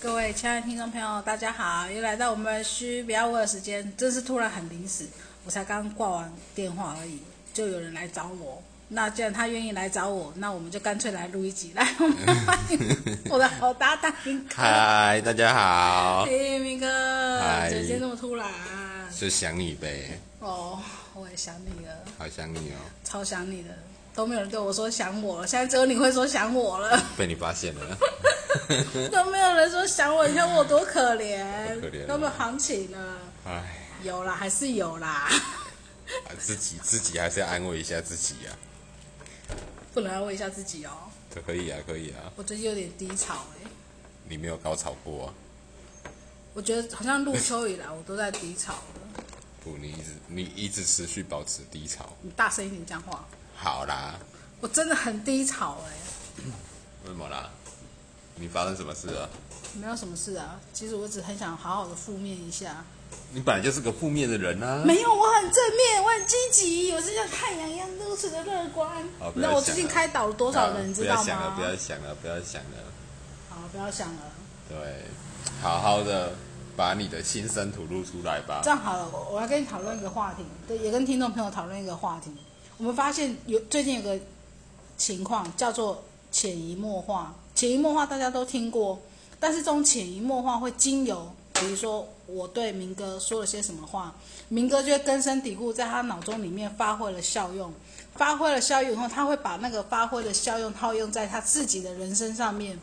各位亲爱的听众朋友，大家好，又来到我们虚表我的时间，真是突然很临时，我才刚挂完电话而已，就有人来找我。那既然他愿意来找我，那我们就干脆来录一集。来，我们欢迎我的好搭档明哥。嗨，大家好，嘿，明哥，嗨怎么今天那么突然？就想你呗，哦，我也想你了，好想你哦，超想你的，都没有人对我说想我了，现在只有你会说想我 了。被你发现 了，都没有人说想我，你看我多可怜多可怜啊，都没有行情了。哎，有啦，还是有啦， 自己自己还是要安慰一下自己呀、不能安慰一下自己哦。啊，可以啊，可以啊，我最近有点低潮哎、你没有高潮过啊，我觉得好像入秋以来我都在低潮了。不，你一直你一直持续保持低潮，你大声一点讲话，好啦，我真的很低潮哎、为什么啦？你发生什么事啊了？没有什么事啊。其实我只很想好好的负面一下，你本来就是个负面的人啊，没有，我很正面，我很积极，我是像太阳一样如此的乐观好。不要那我最想近了开导了多少人，你知道啊不要想了，吗不？要想了，不要想了，好，不要想了。对，好好的把你的心声吐露出来吧这。样好了，我我要跟你讨论一个话题，对，也跟听众朋友讨论一个话题。我们发现有最近有个情况叫做潜移默化，潜移默化大家都听过，但是这种潜移默化会经由，比如说我对明哥说了些什么话，明哥就会根深蒂固在他脑中里面发挥了效用，发挥了效用以后，他会把那个发挥的效用套用在他自己的人生上面，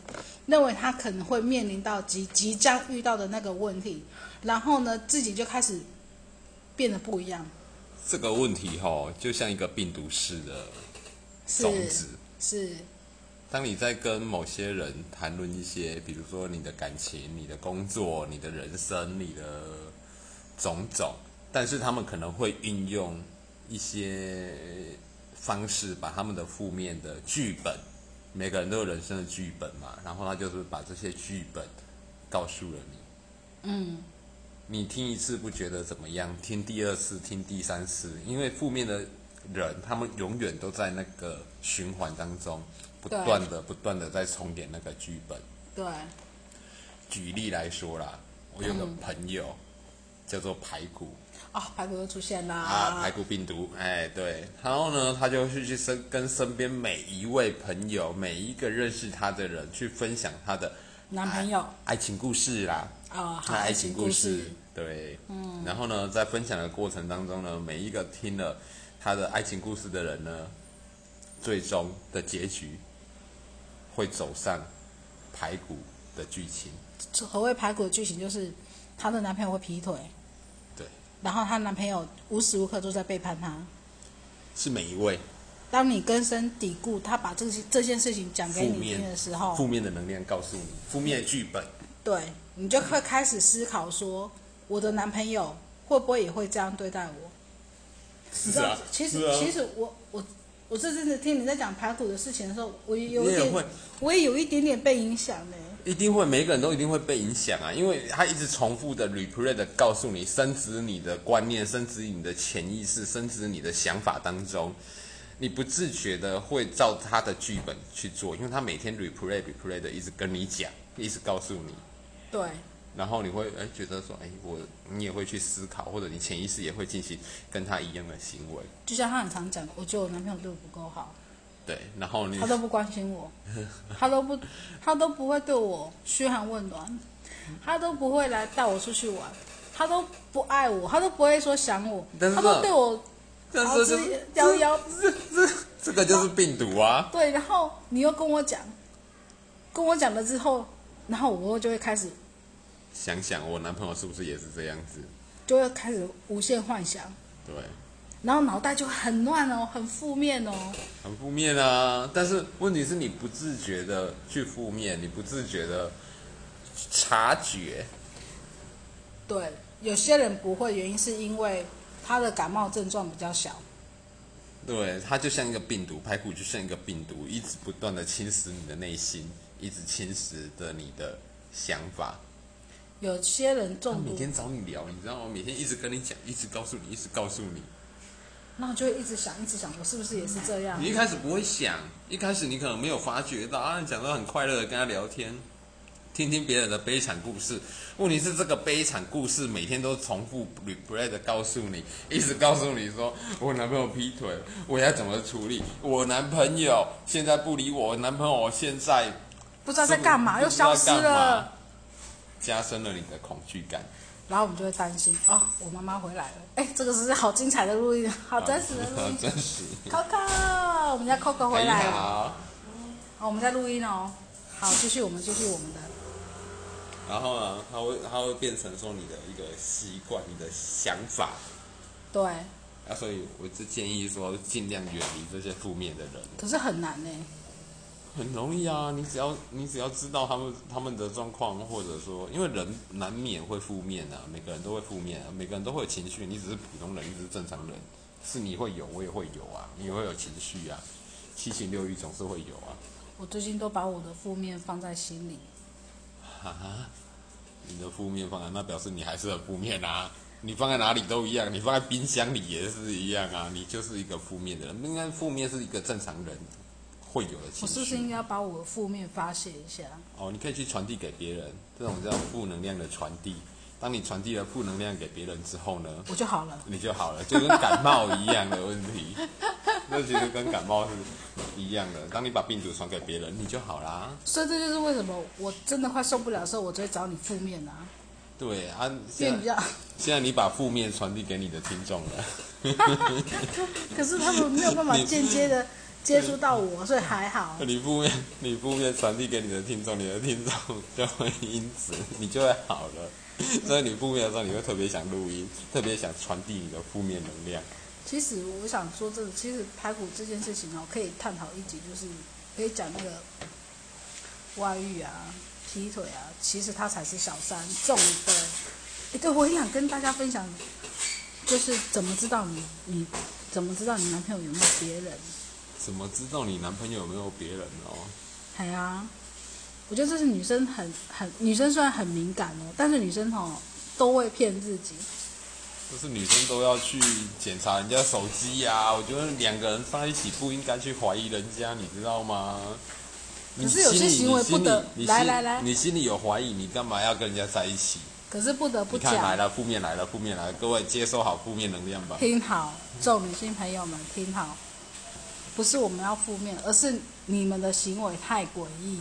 认为他可能会面临到即即将遇到的那个问题，然后呢，自己就开始变得不一样，这个问题吼、就像一个病毒似的是种子。是当你在跟某些人谈论一些，比如说你的感情、你的工作、你的人生、你的种种，但是他们可能会运用一些方式，把他们的负面的剧本，每个人都有人生的剧本嘛，然后他就是把这些剧本告诉了你。嗯，你听一次不觉得怎么样，听第二次、听第三次，因为负面的人，他们永远都在那个循环当中，不对断的、不断的在重演那个剧本。对，举例来说啦，我有个朋友、叫做排骨啊，排骨又出现啦，啊，排骨病毒，哎，对，然后呢，他就去去身跟身边每一位朋友、每一个认识他的人去分享他的男朋友爱情故事啦，啊，好他爱情故事事，，对，嗯，然后呢，在分享的过程当中呢，每一个听了他的爱情故事的人呢，最终的结局会走上排骨的剧情，何谓排骨的剧情就是她的男朋友会劈腿，对，然后她男朋友无时无刻都在背叛她。是每一位当你根深蒂固，他把这些这件事情讲给负你面听的时候，负面的能量告诉你，负面的剧本，对你就会开始思考说，我的男朋友会不会也会这样对待我？你是知道啊，，其实、是啊其实我我我这阵子听你在讲排骨的事情的时候，我也有你一也点会，我也有一点点被影响呢。一定会，每一个人都一定会被影响啊，因为他一直重复的 replay 的告诉你，深植你的观念，深植你的潜意识，深植你的想法当中，你不自觉的会照他的剧本去做，因为他每天 replay replay 的一直跟你讲，一直告诉你，对，然后你会哎觉得说，哎，我你也会去思考，或者你潜意识也会进行跟他一样的行为，就像他很常讲，我觉得我男朋友对我不够好，对，然后你他都不关心 我，他都不他都不会对我嘘寒问暖，嗯他都不会来带我出去玩，他都不爱我，他都不会说想我，但是他这都对我但逃是之就夭夭。这个就是病毒啊，对，然后你又跟我讲，跟我讲了之后，然后我就会开始想想我男朋友是不是也是这样子，就会开始无限幻想，对。然后脑袋就很乱哦，很负面哦。很负面啊，但是问题是你不自觉的去负面，你不自觉的察觉，对，有些人不会，原因是因为他的感冒症状比较小。对，它就像一个病毒，排骨就像一个病毒，一直不断的侵蚀你的内心，一直侵蚀着你的想法。有些人他中每毒，天找你聊，你知道吗？每天一直跟你讲，一直告诉你，一直告诉你。那我就会一直想，一直想，我是不是也是这样你？一开始不会想，一开始你可能没有发觉到啊，你讲到很快乐的跟他聊天，听听别人的悲惨故事。问题是这个悲惨故事每天都重复 replay 的告诉你，一直告诉你说我男朋友劈腿，我要怎么处理？我男朋友现在不理我，我男朋友现在不知道在干嘛，又消失不知道干了嘛，，加深了你的恐惧感。然后我们就会担心哦，我妈妈回来了，哎，这个是好精彩的录音，好真实的录好哎音。真实。 Coco，我们家 Coco 回大来家了，好。哦，我们在录音哦，好，继续我们继续我们的，然后呢，它会它会变成说你的一个习惯，你的想法。对，啊，所以我就建议说，尽量远离这些负面的人。可是很难呢、欸很容易啊，你只要你只要知道他们他们的状况，或者说，因为人难免会负面啊，每个人都会负面啊，每个人都会有情绪，你只是普通人，你只是正常人，是你会有，我也会有啊，你也会有情绪啊，七情六欲总是会有啊。我最近都把我的负面放在心里，啊，你的负面放在那表示你还是很负面啊。你放在哪里都一样，你放在冰箱里也是一样啊。你就是一个负面的人，应该负面是一个正常人会有的情绪。我是不是应该把我的负面发泄一下？哦，你可以去传递给别人，这种叫负能量的传递。当你传递了负能量给别人之后呢，我就好了。你就好了，就跟感冒一样的问 题。那其实跟感冒是一样的。当你把病毒传给别人，你就好啦。所以这就是为什么我真的快受不了的时候，我就会找你负面啊，对啊，因现为比在 较。现在你把负面传递给你的听众了。可是他们没有办法间接的接触到我，所以还好。你负面，你负面传递给你的听众，你的听众就会因此你就会好了。 所以你负面的时候，你会特别想录音，特别想传递你的负面能量。其实我想说，这个其实排骨这件事情哦，可以探讨一集，就是可以讲那个外遇啊、劈腿啊，其实它才是小三重的。诶对，我也想跟大家分享，就是怎么知道你你怎么知道你男朋友有没有别人？怎么知道你男朋友有没有别人哦？哎呀，我觉得这是女生很很女生虽然很敏感哦，但是女生哦都会骗自己。就是女生都要去检查人家手机呀、我觉得两个人在一起不应该去怀疑人家，你知道吗？可是有些你心里行为不得你心里来来来你心里有怀疑，你干嘛要跟人家在一起？可是不得不你看来讲，了，负面来了，负面来了，各位接收好负面能量吧。听好，众女性朋友们听好，不是我们要负面，而是你们的行为太诡异。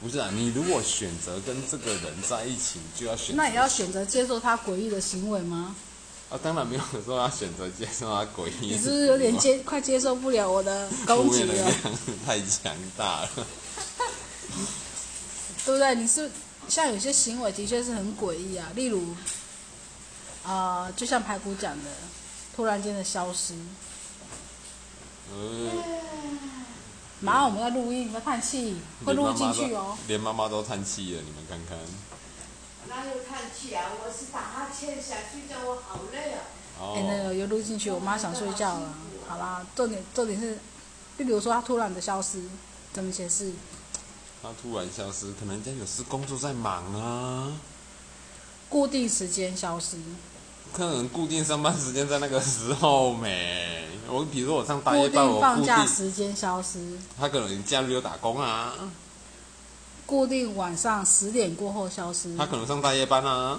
不是啊，你如果选择跟这个人在一起，你就要选择那也要选择接受他诡异的行为吗？啊，当然没有说要选择接受他诡异，你是不是有点接快接受不了我的负攻击面能了量？太强大了。 对不对？你是像有些行为的确是很诡异啊，例如，啊、就像排骨讲的，突然间的消失。嗯。马上我们在录音，你们叹气，会录进去哦。连妈妈都连妈妈都叹气了，你们看看。哪有叹气啊？我是打哈欠想睡觉，我好累啊。哎、那哦，个有录进去，我妈想睡觉了。好啦，重点重点是，例如说她突然的消失，怎么解释？她突然消失，可能人家有事工作在忙啊。固定时间消失，可能固定上班时间在那个时候没。我比如说我上大夜固班，定我放固定假时间消失，他可能假日有打工啊，固定晚上十点过后消失他。可能上大夜班啊。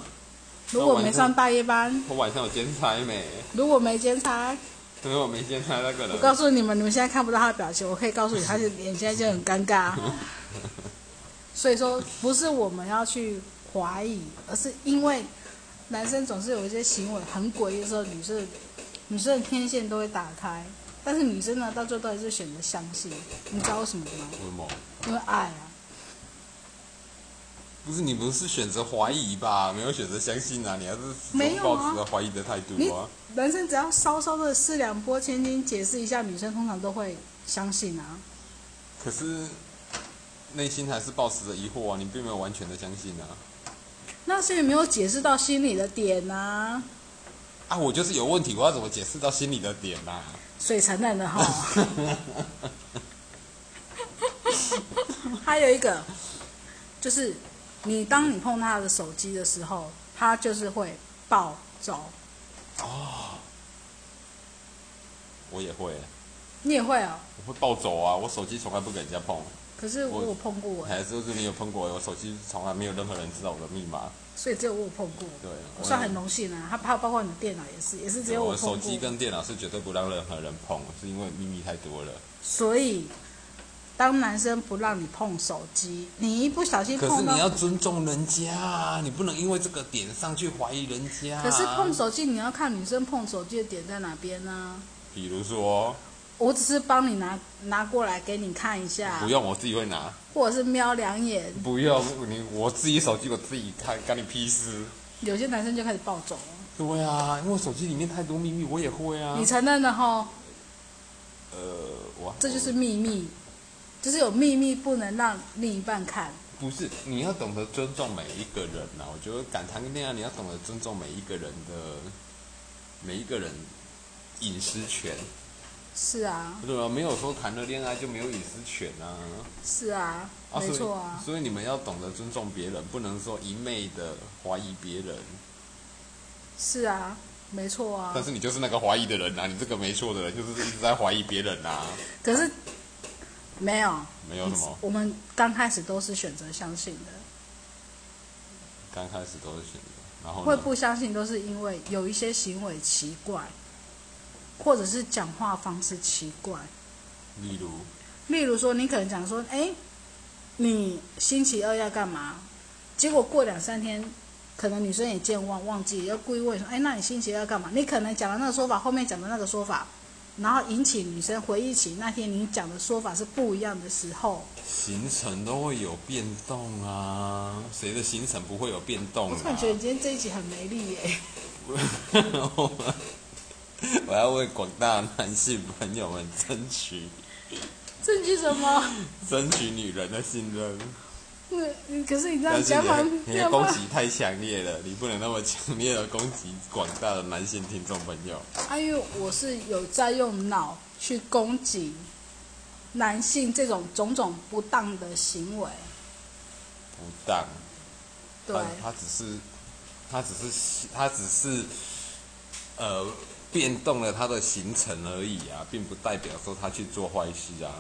如果没上大夜班，我晚上有兼差没？ 如果没兼差，可能我没兼差那个我告人。诉你们，你们现在看不到他的表情，我可以告诉你，他的脸现在就很尴尬。所以说，不是我们要去怀疑，而是因为男生总是有一些行为很诡异的时候，女生女生的天线都会打开，但是女生呢，到最后都还是选择相信。你知道为什么吗？为什么？因为爱啊。不是你不是选择怀疑吧？没有选择相信啊，你还是始没终有啊抱持着怀疑的态度你啊。男生只要稍稍的四两拨千斤解释一下，女生通常都会相信啊。可是内心还是抱持着疑惑啊，你并没有完全的相信啊。那是因为没有解释到心里的点啊，啊，我就是有问题，我要怎么解释到心里的点啊呐、所以承认了哈。 还有一个就是，你当你碰他的手机的时候，他就是会暴走。我也会，你也会哦，我会暴走啊！我手机从来不给人家碰，哦可是我我有碰过哎、还是就是你有碰过，我手机从来没有任何人知道我的密码，所以只有我有碰过。对，啊我算很荣幸啊。他还有包括你的电脑也是，也是只有我碰手过。机跟电脑是绝对不让任何人碰，是因为秘密太多了。所以，当男生不让你碰手机，你一不小心可是碰到，你要尊重人家啊，你不能因为这个点上去怀疑人家啊。可是碰手机你要看女生碰手机的点在哪边呢、比如说，我只是帮你拿拿过来给你看一下不，用我自己会拿，或者是瞄两眼，不用你我自己手机我自己看，干你屁事。有些男生就开始暴走了。对啊，因为手机里面太多秘密，我也会啊你。承认了吼，呃，我这就是秘密，就是有秘密不能让另一半看。不是你要懂得尊重每一个人呐、我觉得敢谈个恋爱，你要懂得尊重每一个人的每一个人隐私权，是啊，对吧？没有说谈了恋爱就没有隐私权啊。是啊，啊没错啊。所以，所以你们要懂得尊重别人，不能说一昧的怀疑别人。是啊，没错啊但。是你就是那个怀疑的人啊，你这个没错的人就是一直在怀疑别人啊，可是没有，没有什么。我们刚开始都是选择相信的，刚开始都是选择，然后呢会不相信都是因为有一些行为奇怪，或者是讲话方式奇怪。例如例如说，你可能讲说，哎，你星期二要干嘛？结果过两三天，可能女生也健忘，忘记，要故意问说，哎，那你星期二要干嘛？你可能讲的那个说法，后面讲的那个说法，然后引起女生回忆起那天你讲的说法是不一样的时候，行程都会有变动啊，谁的行程不会有变动、啊？我突然觉得你今天这一集很没力耶。 我要为广大男性朋友们争取证据什么？争取女人的信任，那你 可是你这样但是讲你的完，你这样的攻吗？击太强烈了，你不能那么强烈的攻击广大的男性听众朋友。啊，因为我是有在用脑去攻击男性这种种种不当的行为，不当，对，他他只是他只是他只是呃变动了他的行程而已啊，并不代表说他去做坏事啊。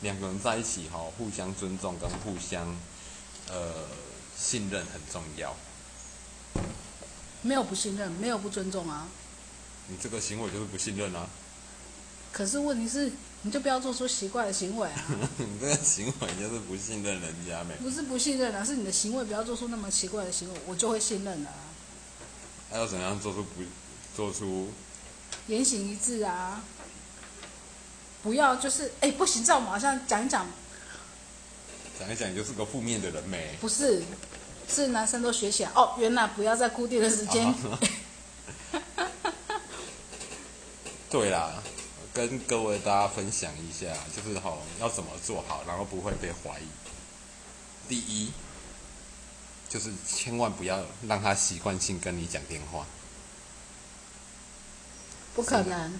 两个人在一起哈、互相尊重跟互相呃信任很重要。没有不信任，没有不尊重啊。你这个行为就是不信任啊！ 可是问题是，你就不要做出奇怪的行为啊， 你这个行为就是不信任人家没？不是不信任啊，是你的行为不要做出那么奇怪的行为，我就会信任了、啊。还要怎样做出不做出？言行一致啊，不要就是哎、不行，这样我们好像讲一讲讲一讲，就是个负面的人没？不是，是男生都学起来哦。原来不要在固定的时啊间，对啦，跟各位大家分享一下，就是吼、要怎么做好，然后不会被怀疑。第一，就是千万不要让他习惯性跟你讲电话不可能。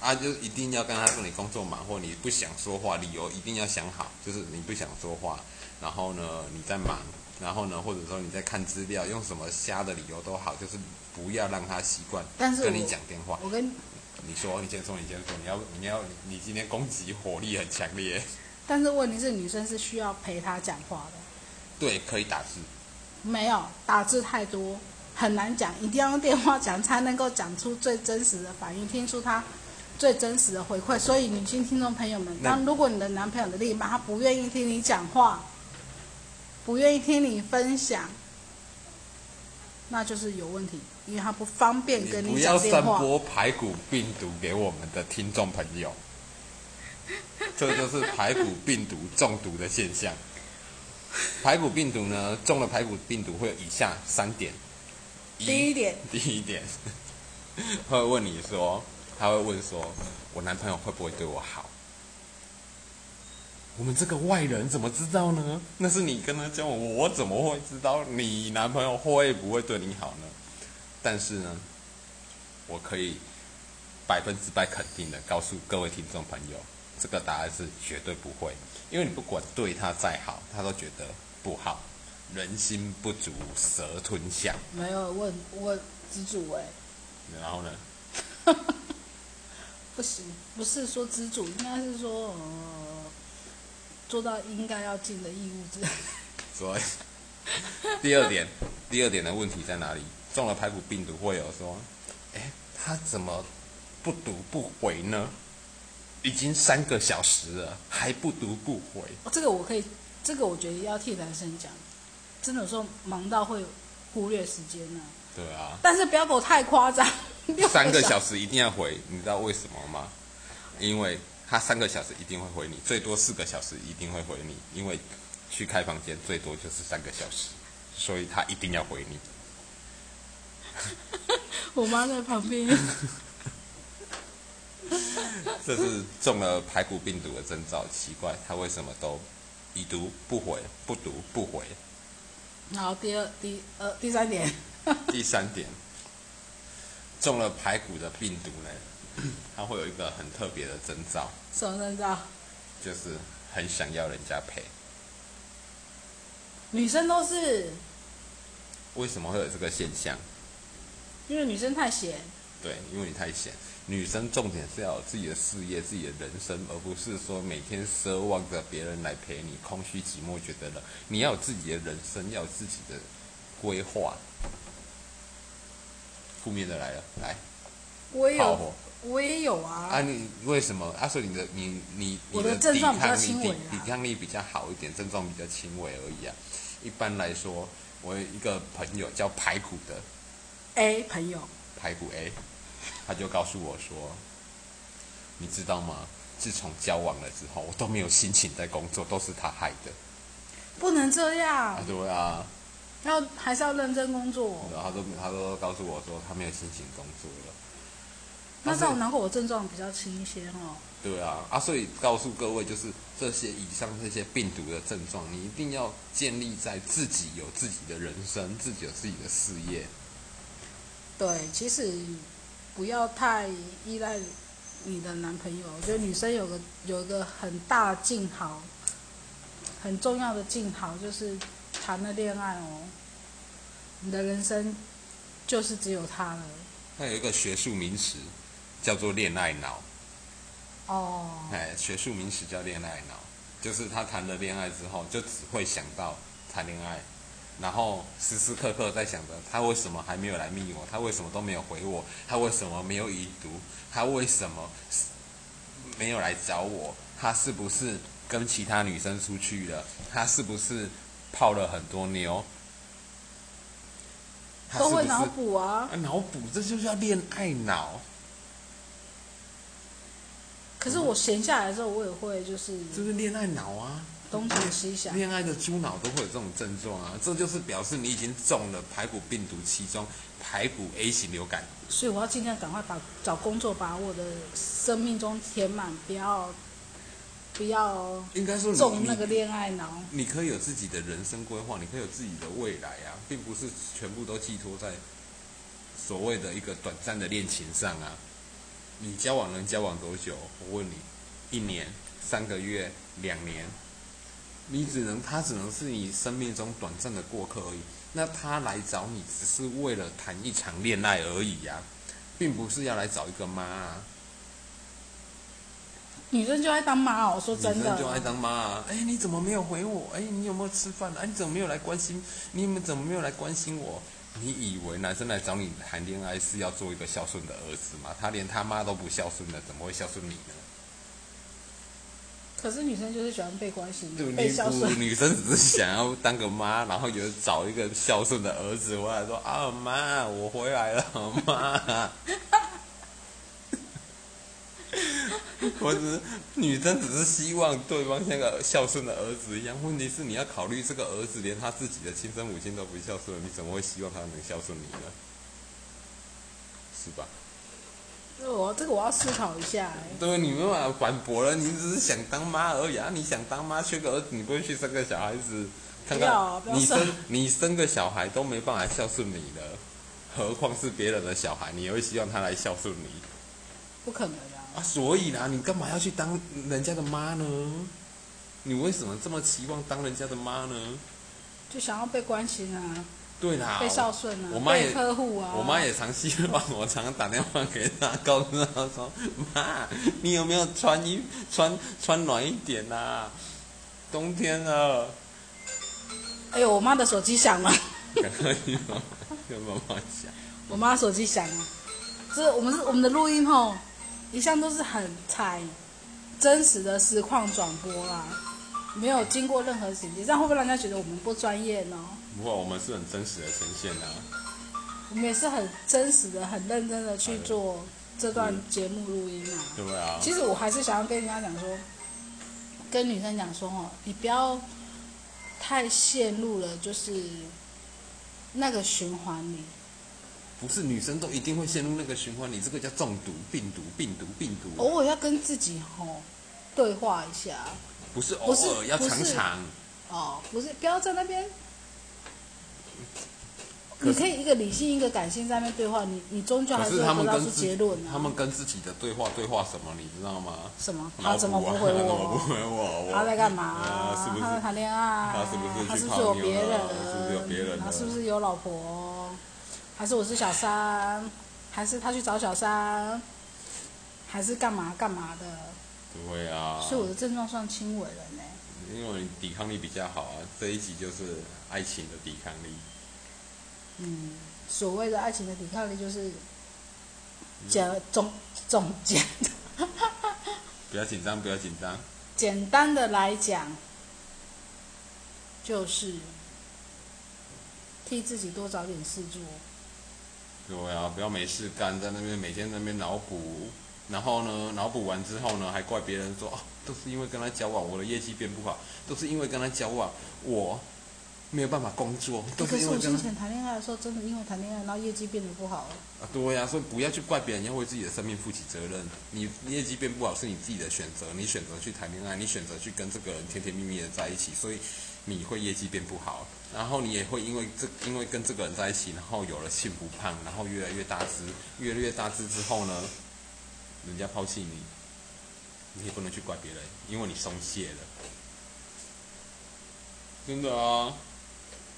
啊，就一定要跟他说你工作忙或你不想说话，理由一定要想好，就是你不想说话，然后呢你在忙，然后呢或者说你在看资料，用什么瞎的理由都好，就是不要让他习惯但是我跟你讲电话。我跟，你说，你先说，你先说，你要你要你你今天攻击火力很强烈。但是问题是，女生是需要陪他讲话的，对，可以打字。没有打字太多很难讲，一定要用电话讲才能够讲出最真实的反应，听出他最真实的回馈。所以，女性听众朋友们，那当如果你的男朋友的另一半他不愿意听你讲话，不愿意听你分享。那就是有问题，因为他不方便跟不讲要电散话。播排骨病毒给我们的听众朋友，这就是排骨病毒中毒的现象。排骨病毒呢，中了排骨病毒会有以下三点：第一点， 第一点，会问你说，他会问说，我男朋友会不会对我好？我们这个外人怎么知道呢？那是你跟他交往，我怎么会知道你男朋友会不会对你好呢？但是呢，我可以百分之百肯定的告诉各位听众朋友，这个答案是绝对不会，因为你不管对他再好，他都觉得不好，人心不足蛇吞象。没有问我知足哎、然后呢？不行，不是说知足，应该是说呃，做到应该要尽的义务之类。所以第二点，第二点的问题在哪里？中了排骨病毒会有说，哎，他怎么不读不回呢？已经三个小时了，还不读不回，哦这个我可以，这个我觉得要替男生讲，真的有时候忙到会忽略时间呢、对啊，但是不要给我太夸张，六三个小时，时一定要回，你知道为什么吗？因为他三个小时一定会回你，最多四个小时一定会回你，因为去开房间最多就是三个小时，所以他一定要回你。我妈在旁边。这是中了排骨病毒的征兆，奇怪，他为什么都已读不回，不读不回？然后第二、第呃第三点，第三点，中了排骨的病毒呢， 它会有一个很特别的征兆，什么征兆？就是很想要人家陪。女生都是，为什么会有这个现象？因为女生太闲，对，因为你太闲。女生重点是要有自己的事业、自己的人生，而不是说每天奢望着别人来陪你，空虚寂寞觉得冷。你要有自己的人生，要有自己的规划。负面的来了，来我也炮有，火我也有啊。啊！你为什么？啊，所以你的你你我你的症抵状比较抗力轻微抵啦抵抗力比较好一点，症状比较轻微而已啊。一般来说，我有一个朋友叫排骨的， A 朋友，排骨 A，他就告诉我说：“你知道吗？自从交往了之后，我都没有心情在工作，都是他害的。”不能这啊样，，对啊，要还是要认真工作。然后他都他都告诉我说他没有心情工作了。那但这是种难怪我症状比较轻一些哦。对啊，啊，所以告诉各位，就是这些以上这些病毒的症状，你一定要建立在自己有自己的人生，自己有自己的事业。对，其实不要太依赖你的男朋友。我觉得女生有个有一个很大的镜好，很重要的镜好就是谈了恋爱哦，你的人生就是只有他了它有一个学术名词叫做恋爱脑，哦。哎，学术名词叫恋爱脑，就是他谈了恋爱之后，就只会想到谈恋爱，然后时时刻刻在想着他为什么还没有来密我，他为什么都没有回我，他为什么没有已读，他为什么没有来找我，他是不是跟其他女生出去了，他是不是泡了很多妞，他都是不会是脑补啊啊，脑补，这就叫恋爱脑，可是我闲下来之后，我也会就是这是恋爱脑啊。东想西想。恋爱的猪脑都会有这种症状啊，这就是表示你已经中了排骨病毒其中排骨 A 型流感。所以我要尽量赶快把找工作，把我的生命中填满，不要不要应该说你中那个恋爱脑。你，你可以有自己的人生规划，你可以有自己的未来啊，并不是全部都寄托在所谓的一个短暂的恋情上啊。你交往能交往多久？我问你，一年、三个月、两年，你只能他只能是你生命中短暂的过客而已。那他来找你只是为了谈一场恋爱而已呀、并不是要来找一个妈啊。女生就爱当妈哦，我说女真的生就，爱当妈啊！哎、你怎么没有回我？哎、你有没有吃饭？哎、你怎么没有来关心？你们怎么没有来关心我？你以为男生来找你谈恋爱是要做一个孝顺的儿子吗？他连他妈都不孝顺了，怎么会孝顺你呢？可是女生就是喜欢被关心对不，被对？孝顺。 女生只是想要当个妈，然后有找一个孝顺的儿子回来说啊妈，我回来了妈。 我只是女生只是希望对方像个孝顺的儿子一样，问题是你要考虑这个儿子连他自己的亲生母亲都不孝顺，你怎么会希望他能孝顺你呢？是吧？我这个我要思考一下、欸对，你没办法反驳了，你只是想当妈而已啊！你想当妈，缺个儿子，你不会去生个小孩子？看不看要啊不要你生生你生个小孩都没办法孝顺你了，何况是别人的小孩，你会希望他来孝顺你不可能啊！啊？所以啦，你干嘛要去当人家的妈呢？你为什么这么期望当人家的妈呢？就想要被关心啊。对啦，被孝顺啊，我妈被也呵护啊，我妈也常希望我常常打电话给她，告诉她说：“妈，你有没有穿衣穿穿暖一点啊？冬天啊了，哎呦，我妈的手机响了， 赶快去妈跟妈妈讲。我妈手机响了。这我们是我们的录音吼，一向都是很采真实的实况转播啦，没有经过任何剪辑，这样会不会让人家觉得我们不专业呢？不过我们是很真实的呈现啊，我们也是很真实的、很认真的哎去做这段节目录音啊。对不对啊？其实我还是想要跟人家讲说，跟女生讲说哦，你不要太陷入了，就是那个循环里。不是女生都一定会陷入那个循环，你这个叫中毒、病毒、病毒、病毒，偶尔要跟自己吼、对话一下不是偶不是尔，要不常是常。哦，不是不要在那边。可你是可以一个理性一个感性在那边对话，你你终究可还是会他们得到跟出自结己论啊。他们跟自己的对话对话什么，你知道吗？什么？老他虎怎么啊不 回他怎么不我？回我？我他在干嘛、啊是不他在是？谈恋爱？他是不是去他是不泡是有妞别了人？是不是有别人啊他了是不是有老婆？还是我是小三？还是他去找小三？还是干嘛干嘛的？对啊。所以我的症状算轻微了呢。因为你抵抗力比较好啊，这一集就是爱情的抵抗力。嗯，所谓的爱情的抵抗力嗯就是简总总简 不要紧张，不要紧张，简单的来讲，就是替自己多找点事做。对啊，不要没事干，在那边每天在那边脑补，然后呢，脑补完之后呢，还怪别人说哦，都是因为跟他交往，我的业绩变不好，都是因为跟他交往，我没有办法工作，都可是是因我为之跟他前谈恋爱的时候，真的因为谈恋爱，然后业绩变得不好了。啊，对呀、所以不要去怪别人，要为自己的生命负起责任。你业绩变不好是你自己的选择，你选择去谈恋爱，你选择去跟这个人甜甜蜜蜜的在一起，所以你会业绩变不好，然后你也会因为这因为跟这个人在一起，然后有了幸福胖，然后越来越大只，越来越大只之后呢，人家抛弃你，你也不能去怪别人，因为你松懈了。真的啊，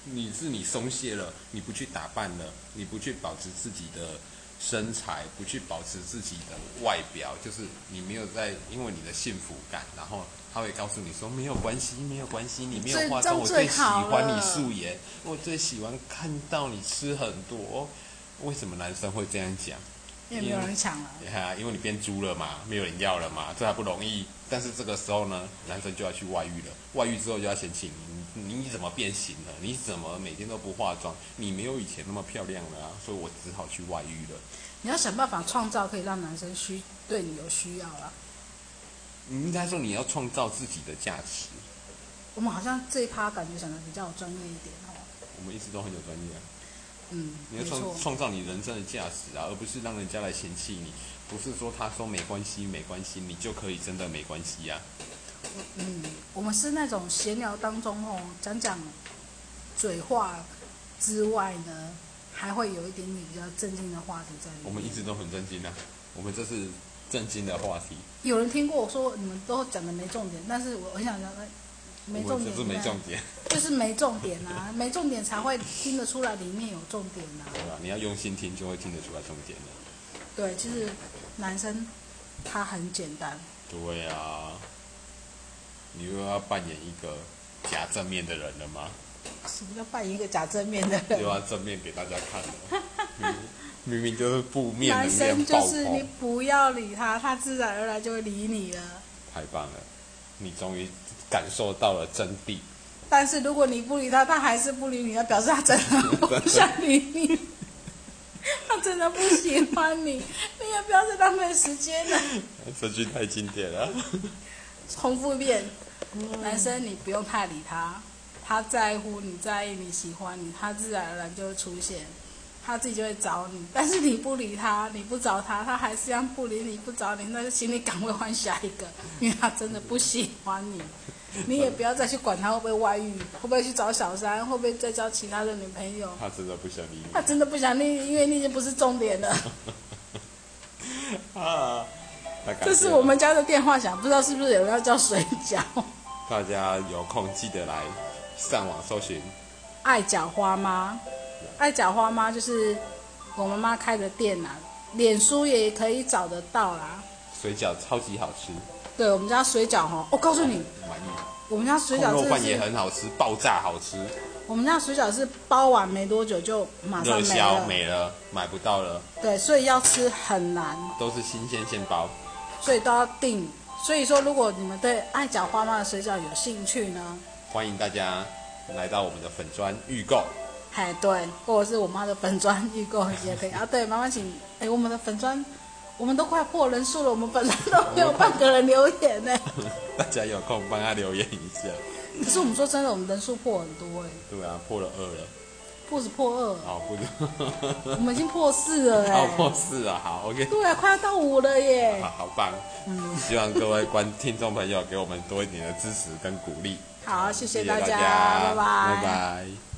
你是你松懈了，你不去打扮了，你不去保持自己的身材，不去保持自己的外表，就是你没有在因为你的幸福感，然后他会告诉你说没有关系，没有关系，你没有化这样妆，我最最喜好欢你了素颜，我最喜欢看到你吃很多。为什么男生会这样讲？因为没有人抢了。啊，因为你变猪了嘛，没有人要了嘛，这还不容易。但是这个时候呢，男生就要去外遇了，外遇之后就要嫌弃你，你你怎么变形了？你怎么每天都不化妆？你没有以前那么漂亮了啊，所以我只好去外遇了。你要想办法创造可以让男生需对你有需要啊啦。你应该说你要创造自己的价值。我们好像这一趴感觉讲的比较有专业一点哦。我们一直都很有专业啊，嗯，你要没创错。创造你人生的价值啊，而不是让人家来嫌弃你。不是说他说没关系没关系，你就可以真的没关系呀、啊嗯，我们是那种闲聊当中哦，讲讲嘴话之外呢，还会有一点点比较正经的话题在里面。我们一直都很震惊啊，我们这是震惊的话题。有人听过我说你们都讲的没重点，但是我很想讲，哎没重点，就是没对重点，就是没重点啊， 没重点才会听得出来里面有重点啊。对吧？你要用心听，就会听得出来重点了。对，其实男生他很简单，对啊，你又要扮演一个假正面的人了吗？什么叫扮演一个假正面 的又人？要正面给大家看了，明明明就是负面男能量生就爆是你棚，不要理他，他自然而然就会理你了。太棒了！你终于感受到了真谛，但是如果你不理他，他还是不理你，那表示他真 的不想理你，他真的不喜欢你，你也不要再浪费时间啊了。这句太经典了。重复一遍，男生你不用太理他，他在乎你在意你喜欢你，他自然而然就会出现，他自己就会找你。但是你不理他，你不找他，他还是一样不理你不找你，那就请你赶快换下一个， 因为他真的不喜欢你。你也不要再去管他会不会外遇，会不会去找小三，会不会再交其他的女朋友。他真的不想理你。他真的不想理你，因为你已经不是重点了。啊，太感谢这是我们家的电话响，不知道是不是有人要叫水饺、大家有空记得来上网搜寻爱饺花吗？爱讲花妈就是我妈妈开的店啦，脸书也可以找得到啦。水饺超级好吃，对我们家水饺哈，我、告诉你，满意。我们家水控饺肉真的饭也是，很好吃，爆炸好吃，我们家水饺是包完没多久就马上热没销了，没了，买不到了，对，所以要吃很难，都是新鲜现包。所以都要订。所以说，如果你们对爱讲花妈的水饺有兴趣呢，欢迎大家来到我们的粉砖预购， 哎，对，或者是我妈的粉砖预购也 可以啊。对，麻烦请，哎，我们的粉砖，我们都快破人数了，我们粉砖都没有半个人留言呢。大家有空帮他留言一下。可是我们说真的，我们人数破很多哎，对啊，破了二了，不止破二，啊好不？我们已经破四了好哎。破四了，好 OK，对嗯啊，快要到五了耶好！好棒。希望各位观听众朋友给我们多一点的支持跟鼓励。好，谢谢大大家，拜拜拜。